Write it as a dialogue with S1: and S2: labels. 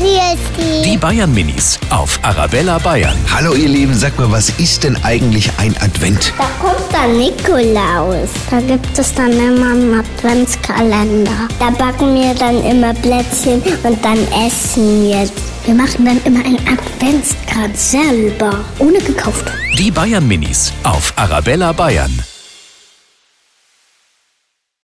S1: Nils,
S2: Die Bayern Minis auf Arabella Bayern.
S3: Hallo ihr Lieben, sagt mal, was ist denn eigentlich ein Advent?
S1: da kommt dann Nikolaus. Da gibt es dann immer einen Adventskalender. Da backen wir dann immer Plätzchen und dann essen wir. Wir machen dann immer ein Adventskranz selber, ohne gekauft.
S2: Die Bayern Minis auf Arabella Bayern.